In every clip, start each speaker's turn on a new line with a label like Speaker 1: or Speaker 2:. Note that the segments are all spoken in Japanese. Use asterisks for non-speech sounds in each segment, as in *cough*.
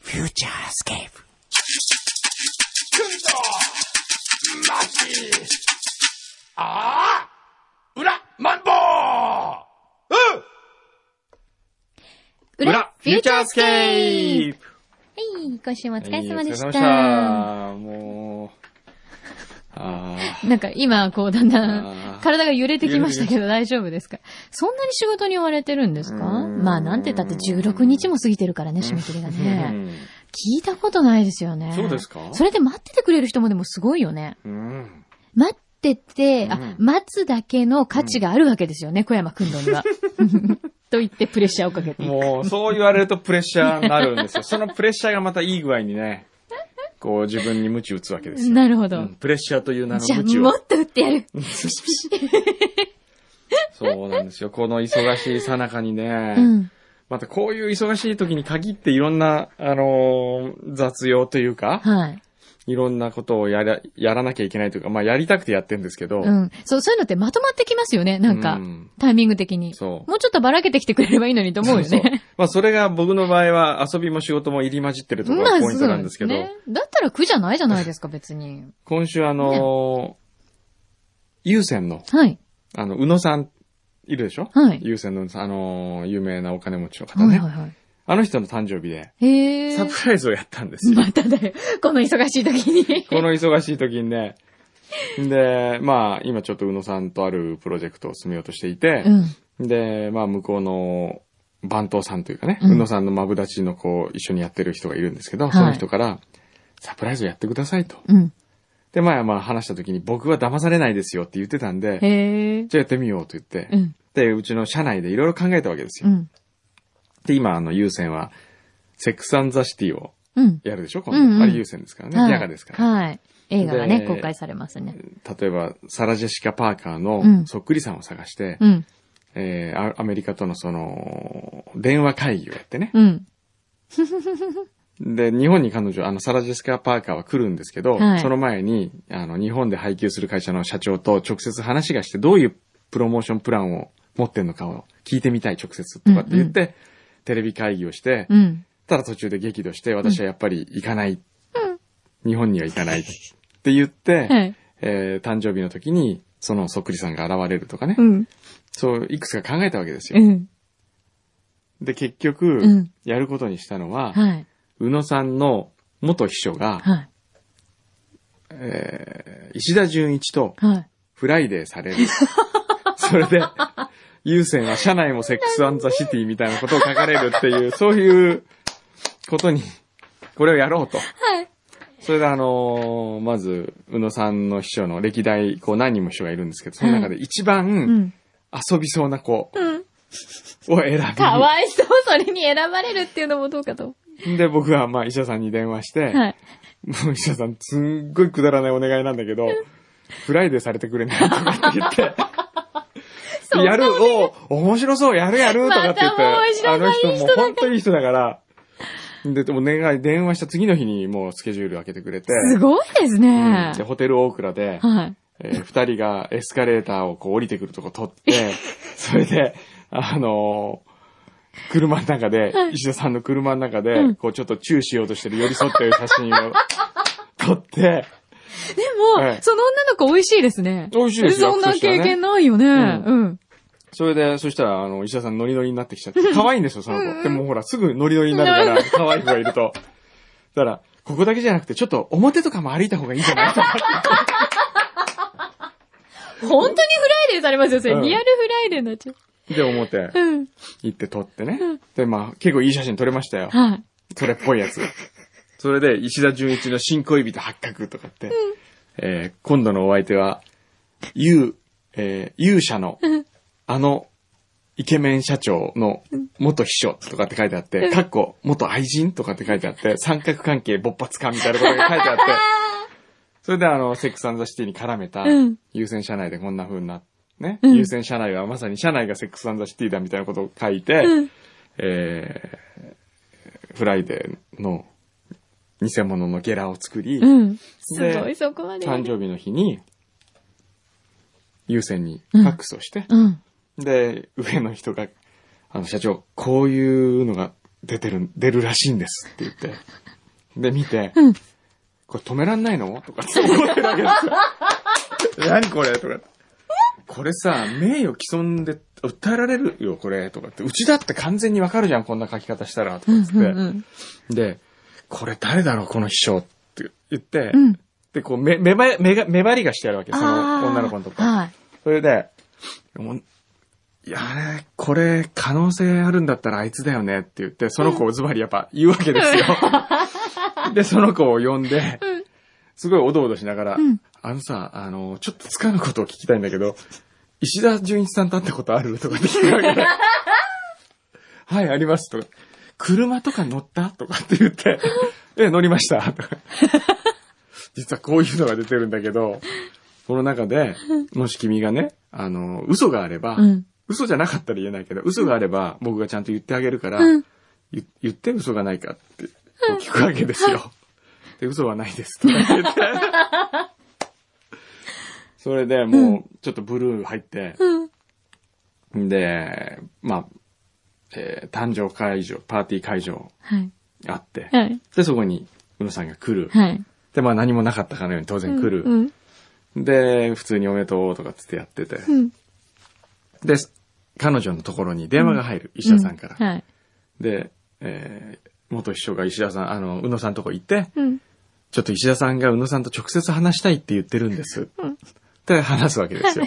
Speaker 1: フューチャースケープ。
Speaker 2: ああ裏マンボウ
Speaker 3: 裏、フューチャースケー
Speaker 2: プ
Speaker 3: プはい、今週もお疲れ様で
Speaker 2: お
Speaker 3: し
Speaker 2: 疲れ様で
Speaker 3: た。
Speaker 2: した。もう、あ
Speaker 3: なんか今、こう、だんだ
Speaker 2: あー
Speaker 3: ん、体が揺れてきましたけど大丈夫ですかそんなに仕事に追われてるんですか
Speaker 2: うーん
Speaker 3: まあ、なんて言ったって16日も過ぎてるからね、締め切りが
Speaker 2: あ、
Speaker 3: ね。聞いたことないですよね。
Speaker 2: そうですか
Speaker 3: それで待っててくれる人もでもすごいよね。
Speaker 2: うん。
Speaker 3: 待ってて、あ、
Speaker 2: うん
Speaker 3: 待つだけの価値があるわけですよね、小山くんど
Speaker 2: *laughs*
Speaker 3: には。と言ってプレッシャーをかけていく。
Speaker 2: もう、そう言われるとプレッシャーになるん
Speaker 3: *laughs*
Speaker 2: ですよ。そのプレッシャーがまたいい具合にね、こう自分に鞭打つわけですよ。
Speaker 3: なるほど
Speaker 2: うんプレッシャーという名の
Speaker 3: じゃあ、
Speaker 2: 鞭
Speaker 3: も
Speaker 2: を。
Speaker 3: っと打ってやる。
Speaker 2: そうなん
Speaker 3: *laughs*
Speaker 2: ですよ。この忙しい最中にね、
Speaker 3: うん。
Speaker 2: またこういう忙しい時に限っていろんな、あのー雑用というか、
Speaker 3: はい。
Speaker 2: いろんなことをやら、やらなきゃいけないというか、まあやりたくてやってんですけど、
Speaker 3: うん。そう、そういうのってまとまってきますよね、なんか。
Speaker 2: うん
Speaker 3: タイミング的に。
Speaker 2: そう。
Speaker 3: もうちょっとばらけてきてくれればいいのに *laughs* と思うよ
Speaker 2: そうそう
Speaker 3: *laughs* ね。
Speaker 2: まあそれが僕の場合は遊びも仕事も入り混じってるところがポイントなんですけど、
Speaker 3: まあそうですねだったら苦じゃないじゃないですか、別に。
Speaker 2: 今週あのー、有線の、
Speaker 3: はい。
Speaker 2: あの、宇野さん、いるでしょ
Speaker 3: はい
Speaker 2: 有線の宇野さん、あのー、有名なお金持ちの方ね。
Speaker 3: はいはいはい。
Speaker 2: あの人の誕生日で、
Speaker 3: へえ。
Speaker 2: サプライズをやったんですよ。
Speaker 3: まただよ。この忙しい時に。
Speaker 2: この忙しい時にね。で、まあ、今ちょっと宇野さんとあるプロジェクトを進めようとしていて
Speaker 3: う、ん。
Speaker 2: で、まあ、向こうの番頭さんというかね、
Speaker 3: うん
Speaker 2: 宇野さんのマブダチのこう、一緒にやってる人がいるんですけど、
Speaker 3: い
Speaker 2: その人から、サプライズをやってくださいと。
Speaker 3: うん。
Speaker 2: で、まあまあ話した時に僕は騙されないですよって言ってたんで、
Speaker 3: へえ。
Speaker 2: じゃあやってみようと言って、
Speaker 3: うん。
Speaker 2: で、うちの社内でいろいろ考えたわけです
Speaker 3: う
Speaker 2: よ。
Speaker 3: ん。
Speaker 2: で、今、あの、優先は、セックスザシティを
Speaker 3: うん。
Speaker 2: やるでしょ今
Speaker 3: うんうん
Speaker 2: 度。あれ優先ですからね。
Speaker 3: はい
Speaker 2: ヤガですから。
Speaker 3: はい。映画がね、
Speaker 2: で
Speaker 3: 公開されますね。
Speaker 2: 例えば、サラ・ジェシカ・パーカー
Speaker 3: う
Speaker 2: の
Speaker 3: ん
Speaker 2: そっくりさんを探して、
Speaker 3: うん。
Speaker 2: えーあアメリカとのその、電話会議をやってね。
Speaker 3: うん。
Speaker 2: で、日本に彼女、あの、サラ・ジェシカ・パーカーは来るんですけど、
Speaker 3: はい
Speaker 2: その前に、あの、日本で配給する会社の社長と直接話がして、どういうプロモーションプランを持ってんのかを聞いてみたい、直接とかって言って、テレビ会議をして、
Speaker 3: うん。
Speaker 2: ただ途中で激怒して、私はやっぱり行かない。日本には行かない。って言って、
Speaker 3: はい。
Speaker 2: えー誕生日の時に、そのそっくりさんが現れるとかね。
Speaker 3: うん。
Speaker 2: そう、いくつか考えたわけです
Speaker 3: う
Speaker 2: よ。
Speaker 3: ん。
Speaker 2: で、結局
Speaker 3: うん、
Speaker 2: やることにしたのは、
Speaker 3: はい。
Speaker 2: 宇野さんの元秘書が、
Speaker 3: はい。
Speaker 2: えー石田純一と
Speaker 3: はい。
Speaker 2: フライデーされ
Speaker 3: *laughs*
Speaker 2: る。それで、優先は社内もセックスアンザシティみたいなことを書かれるって
Speaker 3: *laughs*
Speaker 2: いう、そういうことに、これをやろうと。
Speaker 3: はい。
Speaker 2: それであのーまず、宇野さんの秘書の歴代、こう何人も秘書がいるんですけど、その中で一
Speaker 3: う
Speaker 2: 番
Speaker 3: ん。
Speaker 2: 遊びそうな子
Speaker 3: うん。
Speaker 2: を選び、
Speaker 3: かわいそう、それに選ばれるっていうのもどうかと。
Speaker 2: *laughs* で、僕はまあ医者さんに電話して、
Speaker 3: はい。
Speaker 2: もう医者さん、すんごいくだらないお願いなんだけど、フライデーされてくれないとかって言
Speaker 3: *laughs*
Speaker 2: って、やる、お面白そう、やるやるとかって言って、
Speaker 3: またもう石田さ
Speaker 2: あ
Speaker 3: ん
Speaker 2: の人
Speaker 3: いい
Speaker 2: も
Speaker 3: 人
Speaker 2: う
Speaker 3: だから
Speaker 2: 本当にいい人だから、で、でも願い、電話した次の日にもうスケジュール開けてくれて、
Speaker 3: すごいですね
Speaker 2: うん。で、ホテルオークラで、
Speaker 3: はい。
Speaker 2: えー二人がエスカレーターをこう降りてくるとこ撮って、
Speaker 3: *laughs*
Speaker 2: それで、あのー車の中で、石田さんの車の中
Speaker 3: う
Speaker 2: で、
Speaker 3: ん
Speaker 2: こうちょっとチューしようとしてる寄り添ってる写真を撮って、
Speaker 3: でも、
Speaker 2: ええ
Speaker 3: その女の子美味しいですね。
Speaker 2: 美味しいですよ
Speaker 3: そんな
Speaker 2: 握手したら
Speaker 3: 経
Speaker 2: ね
Speaker 3: 験ないよね。うん。
Speaker 2: それで、そしたら、あの、医者さんノリノリになってきちゃって、可愛いんですよ、その子。でもほら、すぐノリノリになるから、可愛い子がいると。だから、ここだけじゃなくて、ちょっと表とかも歩いた方がいいんじゃないとか
Speaker 3: 本当にフライデーされますよ、それ。
Speaker 2: うん
Speaker 3: リアルフライデーになっちゃう。
Speaker 2: って思って、
Speaker 3: うん。
Speaker 2: 行って撮ってね。で、まあ、結構いい写真撮れましたよ。
Speaker 3: はい。
Speaker 2: それっぽいやつ。それで、石田純一の新恋人発覚とかって、えー今度のお相手は、ゆう、えー勇者の、あの、イケメン社長の元秘書とかって書いてあって、かっこ元愛人とかって書いてあって、三角関係勃発化みたいなことが書い
Speaker 3: *laughs*
Speaker 2: てあって、それであの、セックスアンドザシティに絡めた
Speaker 3: うん、
Speaker 2: 優先社内でこんな風になって、ね、
Speaker 3: うん
Speaker 2: 優先社内はまさに社内がセックスアンドザシティだみたいなことを書いて、
Speaker 3: うん。
Speaker 2: えーフライデーの偽物のゲラを作り、
Speaker 3: うん。すごい、そこまで。
Speaker 2: 誕生日の日に、優先にフ
Speaker 3: うん
Speaker 2: ァックスをして、
Speaker 3: うん。
Speaker 2: で、上の人が、あの、社長、こういうのが出てる、出るらしいんですって言って。で、見て、これ止めらんないのとかって思ってるわけですよ。 *laughs* 何これとか。これさ、名誉毀損で訴えられるよ、これ。とかって。うちだって完全にわかるじゃん、こんな書き方したら。とか
Speaker 3: う
Speaker 2: っ
Speaker 3: ん
Speaker 2: つって。
Speaker 3: うんうん。
Speaker 2: で、これ誰だろう、この秘書って言って、
Speaker 3: うん
Speaker 2: で、こう、め、めば、めが、目張りがしてやるわけ、そ
Speaker 3: あ
Speaker 2: の
Speaker 3: ー
Speaker 2: 女の子のとこ。
Speaker 3: はい。
Speaker 2: それで、もういや、あれ、これ、可能性あるんだったらあいつだよねって言って、その子をズバリやっぱ言うわけですよ。で、その子を呼んで、すごいおどおどしながら、
Speaker 3: ん
Speaker 2: あのさ、あの、ちょっとつかぬことを聞きたいんだけど、石田純一さんと会ったことあるとかって聞くわけ *laughs* ではい、あります。とか。車とか乗ったとかって言って、 *laughs* え、乗りました。とか。実はこういうのが出てるんだけど、この中で、もし君がね、あの、嘘があれば、
Speaker 3: うん
Speaker 2: 嘘じゃなかったら言えないけど、嘘があれば僕がちゃんと言ってあげるから、
Speaker 3: うん
Speaker 2: ゆ言って嘘がないかってこう聞くわけです
Speaker 3: *laughs*
Speaker 2: よ。で、嘘はないですとか言って。それでもう、ちょっとブルー入って、
Speaker 3: うん。
Speaker 2: で、まあ、えー誕生会場、パーティー会場
Speaker 3: はい。
Speaker 2: あって、
Speaker 3: はい。
Speaker 2: で、そこに、宇野さんが来る。
Speaker 3: はい。
Speaker 2: で、まあ何もなかったかのように当然来る。
Speaker 3: うん。
Speaker 2: で、普通におめでとうとかつってやってて。
Speaker 3: うん。
Speaker 2: で、彼女のところに電話が入る、石田さんから。
Speaker 3: うんはい。
Speaker 2: で、えー元秘書が石田さん、あの、宇野さんのとこ行って、
Speaker 3: うん。
Speaker 2: ちょっと石田さんが宇野さんと直接話したいって言ってるんです。って話すわけですよ。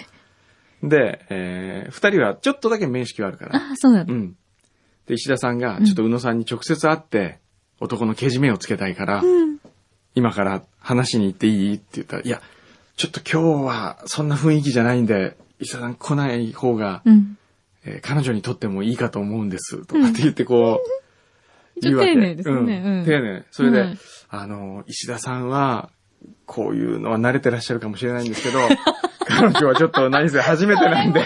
Speaker 2: で、えー二人はちょっとだけ面識はあるから。
Speaker 3: ああ、そうな
Speaker 2: う
Speaker 3: の。
Speaker 2: ん。で、石田さんが、ちょっと宇野さんに直接会って、男のけじめをつけたいから、
Speaker 3: うん。
Speaker 2: 今から話しに行っていいって言ったら、いや、ちょっと今日はそんな雰囲気じゃないんで、石田さん来ない方が、
Speaker 3: うん。
Speaker 2: えー彼女にとってもいいかと思うんです、とかって言ってこう、
Speaker 3: ちょっ
Speaker 2: 言う
Speaker 3: と
Speaker 2: わけ
Speaker 3: 丁寧ですね
Speaker 2: うん
Speaker 3: うん
Speaker 2: 丁寧。それで、
Speaker 3: うん
Speaker 2: あの、石田さんは、こういうのは慣れてらっしゃるかもしれないんです
Speaker 3: *laughs*
Speaker 2: けど、彼女はちょっと何せ初めてなんで、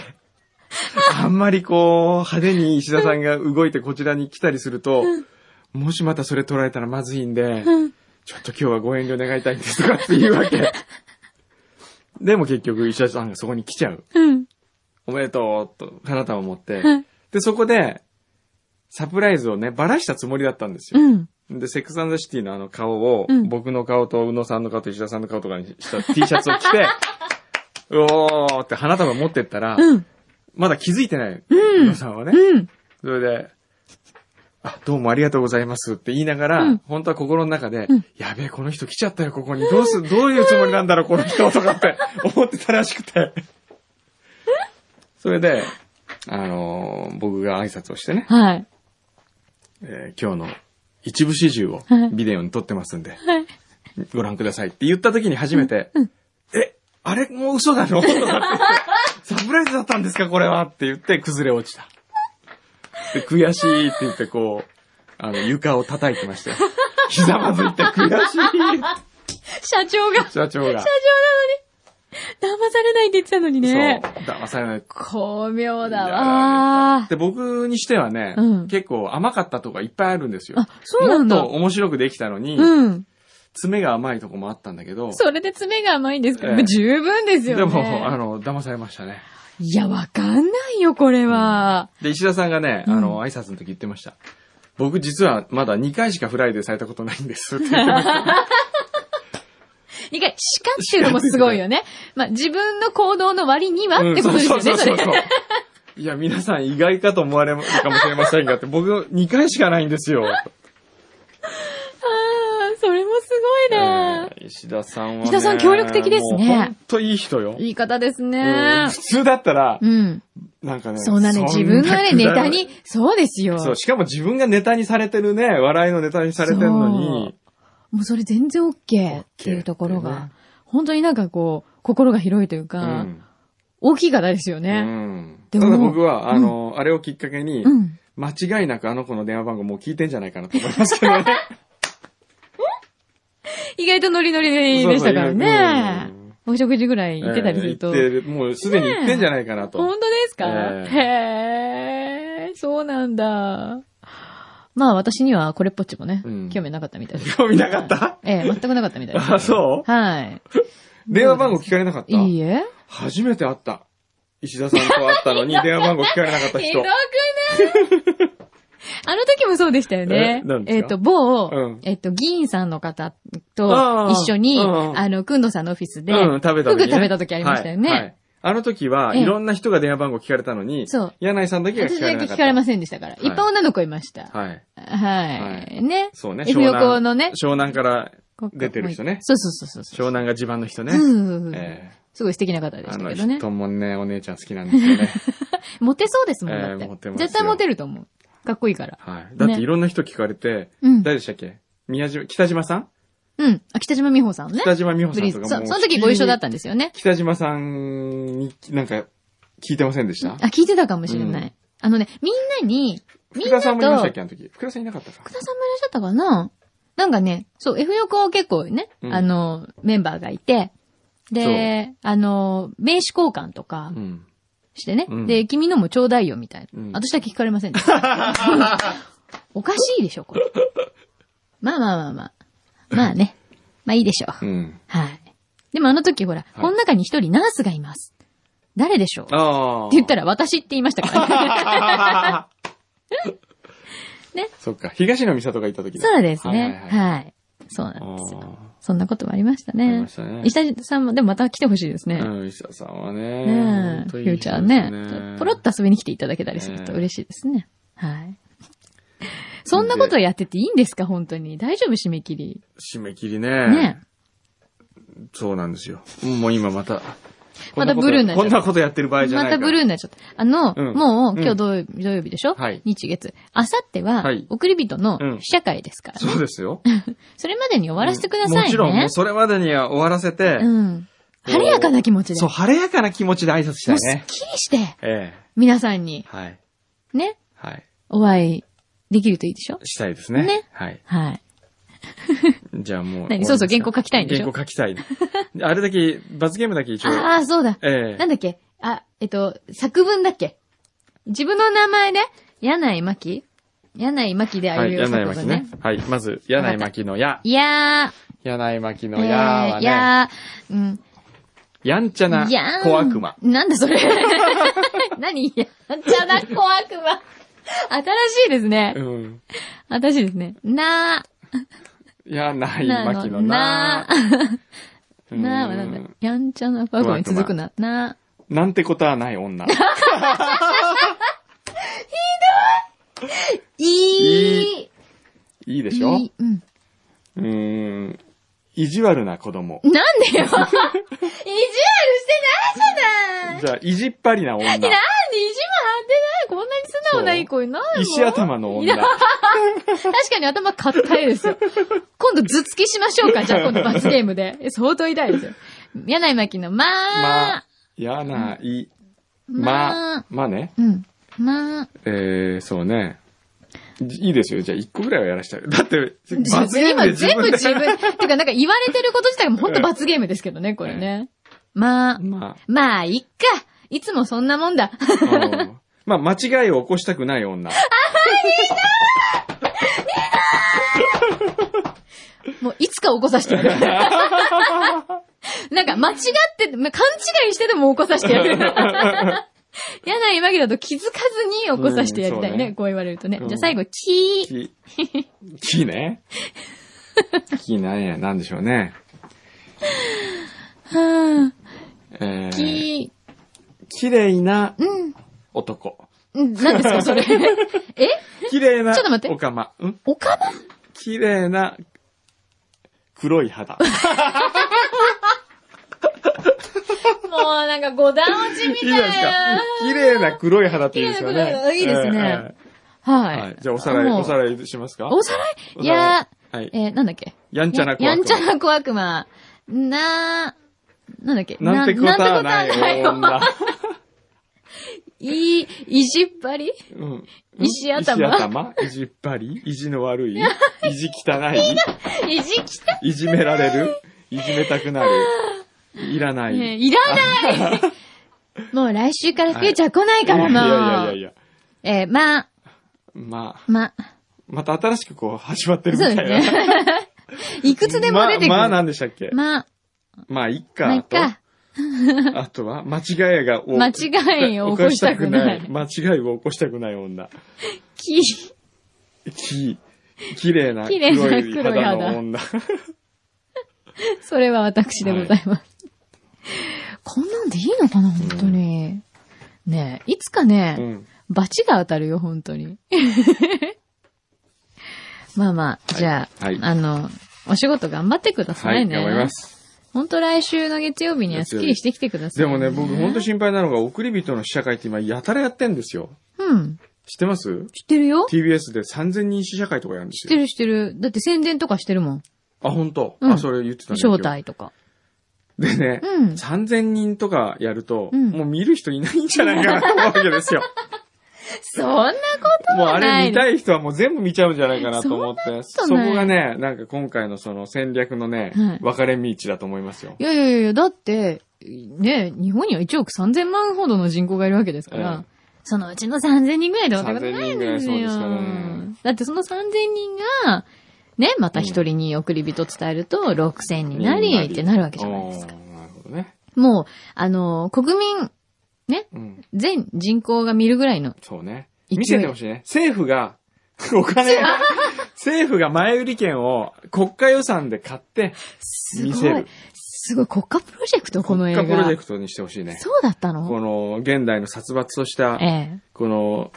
Speaker 2: あんまりこう、派手に石田さんが動いてこちらに来たりすると、もしまたそれ取られたらまずいんで、
Speaker 3: うん。
Speaker 2: ちょっと今日はご遠慮願いたいんですとかっていうわ
Speaker 3: *laughs*
Speaker 2: け。でも結局石田さんがそこに来ちゃう。
Speaker 3: うん。
Speaker 2: おめでとうと花束を持っ
Speaker 3: *laughs*
Speaker 2: て、
Speaker 3: はい
Speaker 2: で、そこで、サプライズをね、ばらしたつもりだったんです
Speaker 3: う
Speaker 2: よ。
Speaker 3: ん。
Speaker 2: で、セックスザシティのあの顔を、
Speaker 3: うん
Speaker 2: 僕の顔と宇野さんの顔と石田さんの顔とかにした T シャツを着て、 *laughs* うおーって花束持ってったら、
Speaker 3: うん。
Speaker 2: まだ気づいてない、宇野さんはね。
Speaker 3: うん。
Speaker 2: それで、あ、どうもありがとうございますって言いながら、
Speaker 3: うん
Speaker 2: 本当は心の中で、
Speaker 3: うん
Speaker 2: やべえ、この人来ちゃったよ、ここに。どうす、 *laughs* どういうつもりなんだろう、この人とかって *laughs* 思ってたらしく
Speaker 3: *laughs*
Speaker 2: て。それで、あのー僕が挨拶をしてね、
Speaker 3: はい。
Speaker 2: えー今日の一部始終を
Speaker 3: はい
Speaker 2: ビデオに撮ってますんで、
Speaker 3: はい。
Speaker 2: ご覧くださいって言った時に初めて、え、あれもう嘘なの *laughs* とかって言ってサプライズだったんですかこれはって言って崩れ落ちた。で、悔しいって言ってこう、あの、床を叩いてましたよ。ひざまずいて悔しいって
Speaker 3: 社長が、社
Speaker 2: 社長が。
Speaker 3: 長なのに、騙されないって言ってたのに
Speaker 2: そう。
Speaker 3: ね。
Speaker 2: 騙されない。
Speaker 3: 巧妙だ
Speaker 2: いや
Speaker 3: わー。
Speaker 2: で、僕にしてはね、
Speaker 3: うん
Speaker 2: 結構甘かったとこがいっぱいあるんですよ。
Speaker 3: あ、そうなんだ
Speaker 2: もっ。と面白くできたのに、
Speaker 3: うん。
Speaker 2: 爪が甘いとこもあったんだけど、
Speaker 3: それで爪が甘いんですけど、
Speaker 2: ええ
Speaker 3: 十分ですよ
Speaker 2: で
Speaker 3: ね。
Speaker 2: も、あの、騙されましたね。
Speaker 3: いや、わかんないよ、これは。
Speaker 2: で、石田さんがね、
Speaker 3: うん
Speaker 2: あの、挨拶の時言ってました。僕実はまだ2回しかフライデーされたことないん
Speaker 3: *laughs*
Speaker 2: ですって言ってました。
Speaker 3: 一回、叱っていうのもすごいよね。まあ、自分の行動の割には
Speaker 2: う
Speaker 3: っ
Speaker 2: ん
Speaker 3: てことですよね、それ。
Speaker 2: いや、皆さん意外かと思われるかもしれませんがって、僕2回しかないんですよ。
Speaker 3: あーそれもすごいな
Speaker 2: えー石田さんはね。
Speaker 3: 石田さん協力的ですね
Speaker 2: もうほんといい人よ。
Speaker 3: 言い方です
Speaker 2: うん
Speaker 3: ね
Speaker 2: 普。通だったら
Speaker 3: う、ん。
Speaker 2: なんかね。
Speaker 3: そんなね、
Speaker 2: そ
Speaker 3: 自分がね、
Speaker 2: くだ
Speaker 3: ネ
Speaker 2: らな
Speaker 3: タ
Speaker 2: い。
Speaker 3: に、そうですよ。
Speaker 2: そう、しかも自分がネタにされてるね、笑いのネタにされてるのに、
Speaker 3: もうそれ全然 OK っていうとこ
Speaker 2: っ
Speaker 3: ろ
Speaker 2: てね
Speaker 3: が、本当になんかこう、心が広いという
Speaker 2: う
Speaker 3: か、
Speaker 2: ん。
Speaker 3: 大きい方ですよ
Speaker 2: う
Speaker 3: ね。
Speaker 2: ん
Speaker 3: で
Speaker 2: た
Speaker 3: も
Speaker 2: だ僕は、あの、あれをきっかけに
Speaker 3: う、ん。
Speaker 2: 間違いなくあの子の電話番号もう聞いてんじゃないかなと思いますけどね。
Speaker 3: *laughs* 意外とノリノリででしたからね。お食事ぐらい行ってたりすると。
Speaker 2: えー行ってもうすでに行ってんじゃないかなと。
Speaker 3: 本当ですか、
Speaker 2: え
Speaker 3: へえ、そうなんだ。まあ私にはこれっぽっちもね、
Speaker 2: うん
Speaker 3: 興味なかったみたいです。
Speaker 2: 興味なかった
Speaker 3: ええ、全くなかったみた
Speaker 2: *laughs*
Speaker 3: いです。
Speaker 2: あ、そう
Speaker 3: はい。
Speaker 2: 電話番号聞かれなかった
Speaker 3: いいえ。
Speaker 2: 初めて会
Speaker 3: *laughs*
Speaker 2: った。石田さんと会ったのに電話番号聞かれなかった
Speaker 3: ひど
Speaker 2: 人
Speaker 3: く。 *laughs* あの時もそうでしたよね
Speaker 2: え何。です
Speaker 3: え
Speaker 2: か
Speaker 3: っ、と、某、
Speaker 2: うん
Speaker 3: えっ、と、議員さんの方
Speaker 2: あ
Speaker 3: と
Speaker 2: ー
Speaker 3: 一緒に、
Speaker 2: うん
Speaker 3: あの、くんどさんのオフィスで、
Speaker 2: うん、食べた時、ね。
Speaker 3: フグ食べた時ありましたよね
Speaker 2: はいはいあの時は、
Speaker 3: ええ
Speaker 2: いろんな人が電話番号聞かれたのに、
Speaker 3: そう。
Speaker 2: 柳井さんだけが聞
Speaker 3: 私
Speaker 2: かれ
Speaker 3: だ
Speaker 2: なか
Speaker 3: け
Speaker 2: った。
Speaker 3: 聞かれませんでしたから。
Speaker 2: い
Speaker 3: いっぱい女の子いました。
Speaker 2: はい。
Speaker 3: はい。
Speaker 2: は
Speaker 3: ね。
Speaker 2: そうね。
Speaker 3: F
Speaker 2: 湘
Speaker 3: 横
Speaker 2: 南
Speaker 3: のね。
Speaker 2: 湘南から、
Speaker 3: ここ
Speaker 2: 出てる人ね
Speaker 3: そうそうそうそうそ
Speaker 2: 湘
Speaker 3: う。
Speaker 2: 南が地盤の人ね。
Speaker 3: うんうんうん
Speaker 2: え
Speaker 3: すごい素敵な方
Speaker 2: え
Speaker 3: で
Speaker 2: あ
Speaker 3: した
Speaker 2: の
Speaker 3: けどね。
Speaker 2: 人もね、お姉ちゃん好きなんですよ
Speaker 3: *laughs*
Speaker 2: ね。
Speaker 3: モテそうですもん、
Speaker 2: えー
Speaker 3: だって
Speaker 2: モテますよ
Speaker 3: 絶対モテると思う。かっこいいから。
Speaker 2: はい。だっていろんな人聞かれて、
Speaker 3: うん。
Speaker 2: 誰でしたっけ宮島、北島さん
Speaker 3: うん。あ、北島美穂さんね。
Speaker 2: 北島美
Speaker 3: ブ
Speaker 2: 穂
Speaker 3: リ
Speaker 2: さ
Speaker 3: ー
Speaker 2: んと
Speaker 3: ズそ
Speaker 2: か
Speaker 3: う
Speaker 2: も。
Speaker 3: その時ご一緒だったんですよね。
Speaker 2: 北島さんに、なんか、聞いてませんでした
Speaker 3: あ、聞いてたかもしれない。
Speaker 2: う
Speaker 3: あのね、みんなに、み
Speaker 2: 福
Speaker 3: ん
Speaker 2: 田
Speaker 3: なと、
Speaker 2: さんもいましたっ
Speaker 3: 福
Speaker 2: けあの時。福田さんいなかったか。
Speaker 3: 田さんもいらっしゃったかななんかね、そう、F 横結構ね、
Speaker 2: うん
Speaker 3: あの、メンバーがいて、で、あの、名刺交換とか
Speaker 2: うん。
Speaker 3: してね、
Speaker 2: うん
Speaker 3: で、君のもちょうだいよみたいな。
Speaker 2: うん
Speaker 3: 私だけ聞かれませんでした。
Speaker 2: *laughs*
Speaker 3: おかしいでしょ、これ。まあまあまあまあ。まあね。まあいいでしょう。
Speaker 2: うん。
Speaker 3: はい。でもあの時ほら、この中に一人ナースがいます。誰でしょうって
Speaker 2: ああ。
Speaker 3: 言ったら私って言いましたからね。 *laughs* ね。
Speaker 2: *laughs* そっか。東野美里がいた時だ
Speaker 3: そうです
Speaker 2: はい
Speaker 3: ね
Speaker 2: は。いはい。
Speaker 3: はい。そうなんですよ。
Speaker 2: あ
Speaker 3: そんなこともありました
Speaker 2: ーあり
Speaker 3: ね
Speaker 2: まし。たね。
Speaker 3: 石田さんも、でもまた来てほしいですね。
Speaker 2: うん、石田さんはね。
Speaker 3: ねえ
Speaker 2: 本、
Speaker 3: フ
Speaker 2: 当に
Speaker 3: ュ
Speaker 2: いい
Speaker 3: ーチ
Speaker 2: 人
Speaker 3: ャー
Speaker 2: です
Speaker 3: ね。ポロッと遊びに来ていただけたりすると嬉しいですね。はい。そんなことやってていいんですか本当に。大丈夫締め切り。
Speaker 2: 締め切り
Speaker 3: ね
Speaker 2: ね。。そうなんですよ。もう今また。
Speaker 3: またブルーになっ
Speaker 2: こ
Speaker 3: ちゃった
Speaker 2: んなことやってる場合じゃ
Speaker 3: ま
Speaker 2: ない
Speaker 3: た
Speaker 2: から。
Speaker 3: ブルーになっちゃった。あの、
Speaker 2: うん
Speaker 3: もう
Speaker 2: うん
Speaker 3: 今日土曜日,、土曜日でしょ
Speaker 2: はい
Speaker 3: 日月。あさっては、
Speaker 2: はい
Speaker 3: 送り人
Speaker 2: うん
Speaker 3: の試写会ですからね、
Speaker 2: そうですよ。
Speaker 3: それまでに終わらせてくださいね。
Speaker 2: もちろん、もうそれまでには終わらせて、
Speaker 3: うん。晴れやかな気持ちで。
Speaker 2: そう、
Speaker 3: も
Speaker 2: 晴れやかな気持ちで挨拶した
Speaker 3: う
Speaker 2: い
Speaker 3: すっ
Speaker 2: ね。
Speaker 3: きりして、
Speaker 2: え
Speaker 3: 皆さんに
Speaker 2: え、はい。
Speaker 3: ね、
Speaker 2: はい。
Speaker 3: お会いできるといいでしょ
Speaker 2: したいですね。
Speaker 3: ね
Speaker 2: はい。
Speaker 3: はい。
Speaker 2: じゃあもう。
Speaker 3: 何そうそう
Speaker 2: 終わりますか
Speaker 3: 原稿書きたいんでしょ
Speaker 2: 原稿書きたい。あれだけ、罰ゲームだけ一応。
Speaker 3: ああ、そうだ。
Speaker 2: え
Speaker 3: なんだっけあ、えっと、作文だっけ自分の名前で、柳井真紀柳井真紀で
Speaker 2: え。
Speaker 3: あ
Speaker 2: は
Speaker 3: ゆ
Speaker 2: い、
Speaker 3: るよ
Speaker 2: 柳井巻
Speaker 3: 作文
Speaker 2: ね
Speaker 3: ね。。
Speaker 2: はい、まず、柳井巻のや。
Speaker 3: いや
Speaker 2: 柳井巻
Speaker 3: ー、
Speaker 2: のやは
Speaker 3: えーい
Speaker 2: ね、
Speaker 3: やー、うん。
Speaker 2: やんちゃな
Speaker 3: やん
Speaker 2: 小悪魔。
Speaker 3: なんだそれ。 *laughs* 何やんちゃな小悪魔。新しいですね
Speaker 2: う。ん。
Speaker 3: 新しいですね。な
Speaker 2: 柳
Speaker 3: ー。
Speaker 2: 井
Speaker 3: な
Speaker 2: 巻のな。
Speaker 3: ー。
Speaker 2: う
Speaker 3: なーはなんだ。やんちゃな小悪魔に続くな。な
Speaker 2: なんてことはない女。
Speaker 3: ー。いい。
Speaker 2: いいでしょ
Speaker 3: いいうん。
Speaker 2: うーん。意地悪な子 *laughs* 供。
Speaker 3: なんでよ意地悪してないじゃない
Speaker 2: じゃあ、意地っ張りな女。
Speaker 3: なんで意地も張ってないこんなに素直ないい子いないもん
Speaker 2: 石頭の
Speaker 3: いや
Speaker 2: 女。
Speaker 3: 確かに頭硬いですよ。今度頭突きしましょうかじゃあ今度罰ゲームで。え相当痛いですよ。柳井真紀の、ま
Speaker 2: ま
Speaker 3: あ、、
Speaker 2: やない、
Speaker 3: ま
Speaker 2: ま
Speaker 3: あ、、
Speaker 2: まね。
Speaker 3: うん。まあ、
Speaker 2: えー、そうね。いいですよ。じゃあ、一個ぐらいはやらしたい。だって、罰ゲーム
Speaker 3: 今
Speaker 2: で自
Speaker 3: 全部
Speaker 2: 分で。
Speaker 3: 自分。てかなんか言われてること自体がもうほんと罰ゲームですけどね、これね。ま
Speaker 2: *laughs*
Speaker 3: あ、
Speaker 2: ま
Speaker 3: まあ、いっか。いつもそんなもん
Speaker 2: あ、
Speaker 3: だ。
Speaker 2: うんまあ、間違いを起こしたくない
Speaker 3: *laughs*
Speaker 2: 女。
Speaker 3: もういつか起こさせてやる。なんか間違って、ま勘違いしてでも起こさせてや *laughs* る。柳井真紀だと気づかずに起こさせてやりた
Speaker 2: うん
Speaker 3: いね。
Speaker 2: そうね
Speaker 3: こう言われるとね。
Speaker 2: うん
Speaker 3: じゃあ最後、キー。
Speaker 2: 木。木ね。木なんや、なんでしょうね。
Speaker 3: は
Speaker 2: え
Speaker 3: ぁ、
Speaker 2: ー、
Speaker 3: キ
Speaker 2: 綺麗な
Speaker 3: ー。うん。
Speaker 2: 男。
Speaker 3: うん、何ですか、そ *laughs* れ。え
Speaker 2: 綺麗な、
Speaker 3: ちょっと待って
Speaker 2: おかま。ん
Speaker 3: おかま
Speaker 2: 綺麗な、黒い肌。
Speaker 3: もうなんか五段落ちみ
Speaker 2: いいじゃないで
Speaker 3: た
Speaker 2: す
Speaker 3: *laughs* い
Speaker 2: か
Speaker 3: な。。
Speaker 2: 綺麗な黒い肌っていうんですよ
Speaker 3: 綺麗な黒
Speaker 2: ね。
Speaker 3: い肌いいですね
Speaker 2: ええ
Speaker 3: は
Speaker 2: はいい。。じゃあ、おさらい、
Speaker 3: もう
Speaker 2: おさらいしますか
Speaker 3: おさらい
Speaker 2: おさらい
Speaker 3: いや
Speaker 2: はい
Speaker 3: ー、。えー、なんだっけ
Speaker 2: やんちゃな子。
Speaker 3: やんちゃな小悪魔。なー、なんだっけ
Speaker 2: なんてことはない
Speaker 3: なんてことはない *laughs*
Speaker 2: 女。
Speaker 3: いい、意地っ張り *laughs*
Speaker 2: うん
Speaker 3: 石頭
Speaker 2: 石頭意地っ張り意地の悪い意地汚い
Speaker 3: 意地きた
Speaker 2: いじめられるいじめたくなるいらない。
Speaker 3: ねえいらない
Speaker 2: *laughs*
Speaker 3: もう来週からフューチャー来ないから
Speaker 2: いやい
Speaker 3: も
Speaker 2: や
Speaker 3: う
Speaker 2: いやい。や。
Speaker 3: えー、まあ、
Speaker 2: まあ、
Speaker 3: まあ、
Speaker 2: また新しくこう始まってるみ
Speaker 3: そ
Speaker 2: た
Speaker 3: う
Speaker 2: い
Speaker 3: で
Speaker 2: な。
Speaker 3: すね。 *laughs* いくつでも出てく
Speaker 2: ま
Speaker 3: る。
Speaker 2: あ、ま
Speaker 3: ま
Speaker 2: あ
Speaker 3: あ、
Speaker 2: なんでしたっけ
Speaker 3: まあ、
Speaker 2: まあ、いっ
Speaker 3: まあ、い
Speaker 2: か
Speaker 3: っか。
Speaker 2: と。あとは、間違いが、
Speaker 3: 間違いを起こしたくない
Speaker 2: 起こしたくない間違いを起こしたくない女。
Speaker 3: き、
Speaker 2: き、綺麗な
Speaker 3: 綺麗な
Speaker 2: 黒い
Speaker 3: 黒
Speaker 2: 肌
Speaker 3: い肌
Speaker 2: の
Speaker 3: *laughs*
Speaker 2: 女。
Speaker 3: *laughs* それは私でございます。こんなんでいいのかな、本当に。ねえ、いつかね、
Speaker 2: うん。
Speaker 3: バチが当たるよ、本当に。 *laughs* まあまあ、じゃあ、
Speaker 2: はい
Speaker 3: あの、お仕事頑張ってくださ
Speaker 2: はいい、
Speaker 3: ね。
Speaker 2: 頑張ります。
Speaker 3: 本当来週の月曜日にはスッキリしてきてください、
Speaker 2: でもね、僕本当心配なのが、送り人の試写会って今、やたらやってんですよ。
Speaker 3: うん。
Speaker 2: 知ってます
Speaker 3: 知ってるよ
Speaker 2: ?TBS で3000人試写会とかやるんで
Speaker 3: 知
Speaker 2: す
Speaker 3: って
Speaker 2: よ。
Speaker 3: る知ってる。だって宣伝とかしてるもん。
Speaker 2: あ、本当、
Speaker 3: うん
Speaker 2: あ、それ言ってたね。
Speaker 3: 招待とか。
Speaker 2: 今日。でね、
Speaker 3: うん。
Speaker 2: 3000人とかやると、
Speaker 3: うん
Speaker 2: もう見る人いないんじゃないかなと思うわけですよ。
Speaker 3: そんなこと
Speaker 2: もうあ
Speaker 3: はな
Speaker 2: れ
Speaker 3: い
Speaker 2: 見
Speaker 3: の。
Speaker 2: たい人はもう全部見ちゃうんじゃないかなと思って、そ
Speaker 3: そん
Speaker 2: こ
Speaker 3: なことない
Speaker 2: がね、なんか今回のその戦略のね、
Speaker 3: はい
Speaker 2: 分かれ道だと思いますよ。
Speaker 3: いやいやいや、だって、ね、日本には1億3000万ほどの人口がいるわけですから、
Speaker 2: うん
Speaker 3: そのうちの3000人ぐらいでわかことない
Speaker 2: 3000
Speaker 3: んですよ。
Speaker 2: 人ぐらいそうですかね
Speaker 3: だってその3000人が、ね、また一人に送り人伝えると6000になりってなるわけじゃないですか。
Speaker 2: おーなるほどね。
Speaker 3: もう、あの、国民、
Speaker 2: うん。
Speaker 3: 全人口が見るぐらいの。
Speaker 2: そうね。
Speaker 3: 勢い
Speaker 2: 見せてほしいね。政府が、 *laughs* お金が、政府が前売り券を国家予算で買って、
Speaker 3: す
Speaker 2: 見
Speaker 3: ご
Speaker 2: せ
Speaker 3: い
Speaker 2: る。
Speaker 3: すごい国家プロジェクト、この映画。
Speaker 2: 国家プロジェクトにしてほしいね。
Speaker 3: そうだったの
Speaker 2: この現代の殺伐とした
Speaker 3: え、え。
Speaker 2: この、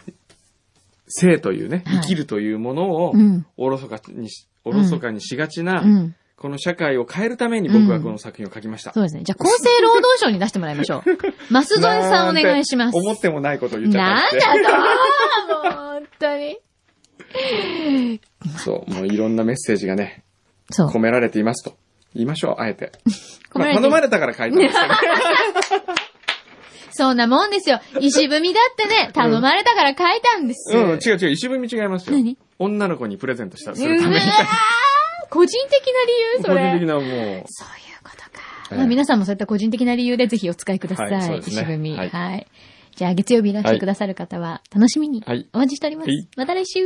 Speaker 2: 生というね、
Speaker 3: はい
Speaker 2: 生きるというものを
Speaker 3: う、ん。
Speaker 2: おろそかにし、おろそかにしがちな、
Speaker 3: うん。
Speaker 2: この社会を変えるために僕はこの作品を書きました。
Speaker 3: そうですね。じゃあ、厚生労働省に出してもらい
Speaker 2: *laughs*
Speaker 3: ましょう。マスドンさんお願いします。
Speaker 2: 思ってもないことを言っちゃ
Speaker 3: な
Speaker 2: った
Speaker 3: ん
Speaker 2: りして。
Speaker 3: だともう、本当に。
Speaker 2: そう、もういろんなメッセージがね、
Speaker 3: そう。
Speaker 2: 込められていますと。言いましょう、あえて。
Speaker 3: 込め
Speaker 2: ま
Speaker 3: られて
Speaker 2: あ頼まれたから書いたんです
Speaker 3: *laughs*
Speaker 2: けど。
Speaker 3: そんなもんですよ。石踏みだってね、頼まれたから書いたんです。
Speaker 2: うん、違う違う、石踏み違いますよ
Speaker 3: 何。
Speaker 2: 女の子にプレゼントしたす
Speaker 3: うわ
Speaker 2: るために。
Speaker 3: ー個人的な理由そ
Speaker 2: 個人的
Speaker 3: れ。
Speaker 2: なもう、
Speaker 3: そういうことか。
Speaker 2: ええ
Speaker 3: まあ皆さんもそういった個人的な理由でぜひお使いください。
Speaker 2: はいそうですね
Speaker 3: 石踏み。
Speaker 2: は
Speaker 3: はいい。じゃあ、月曜日いらしてくださる方は、楽しみに
Speaker 2: はい
Speaker 3: お待ちしております。
Speaker 2: はい
Speaker 3: また来週。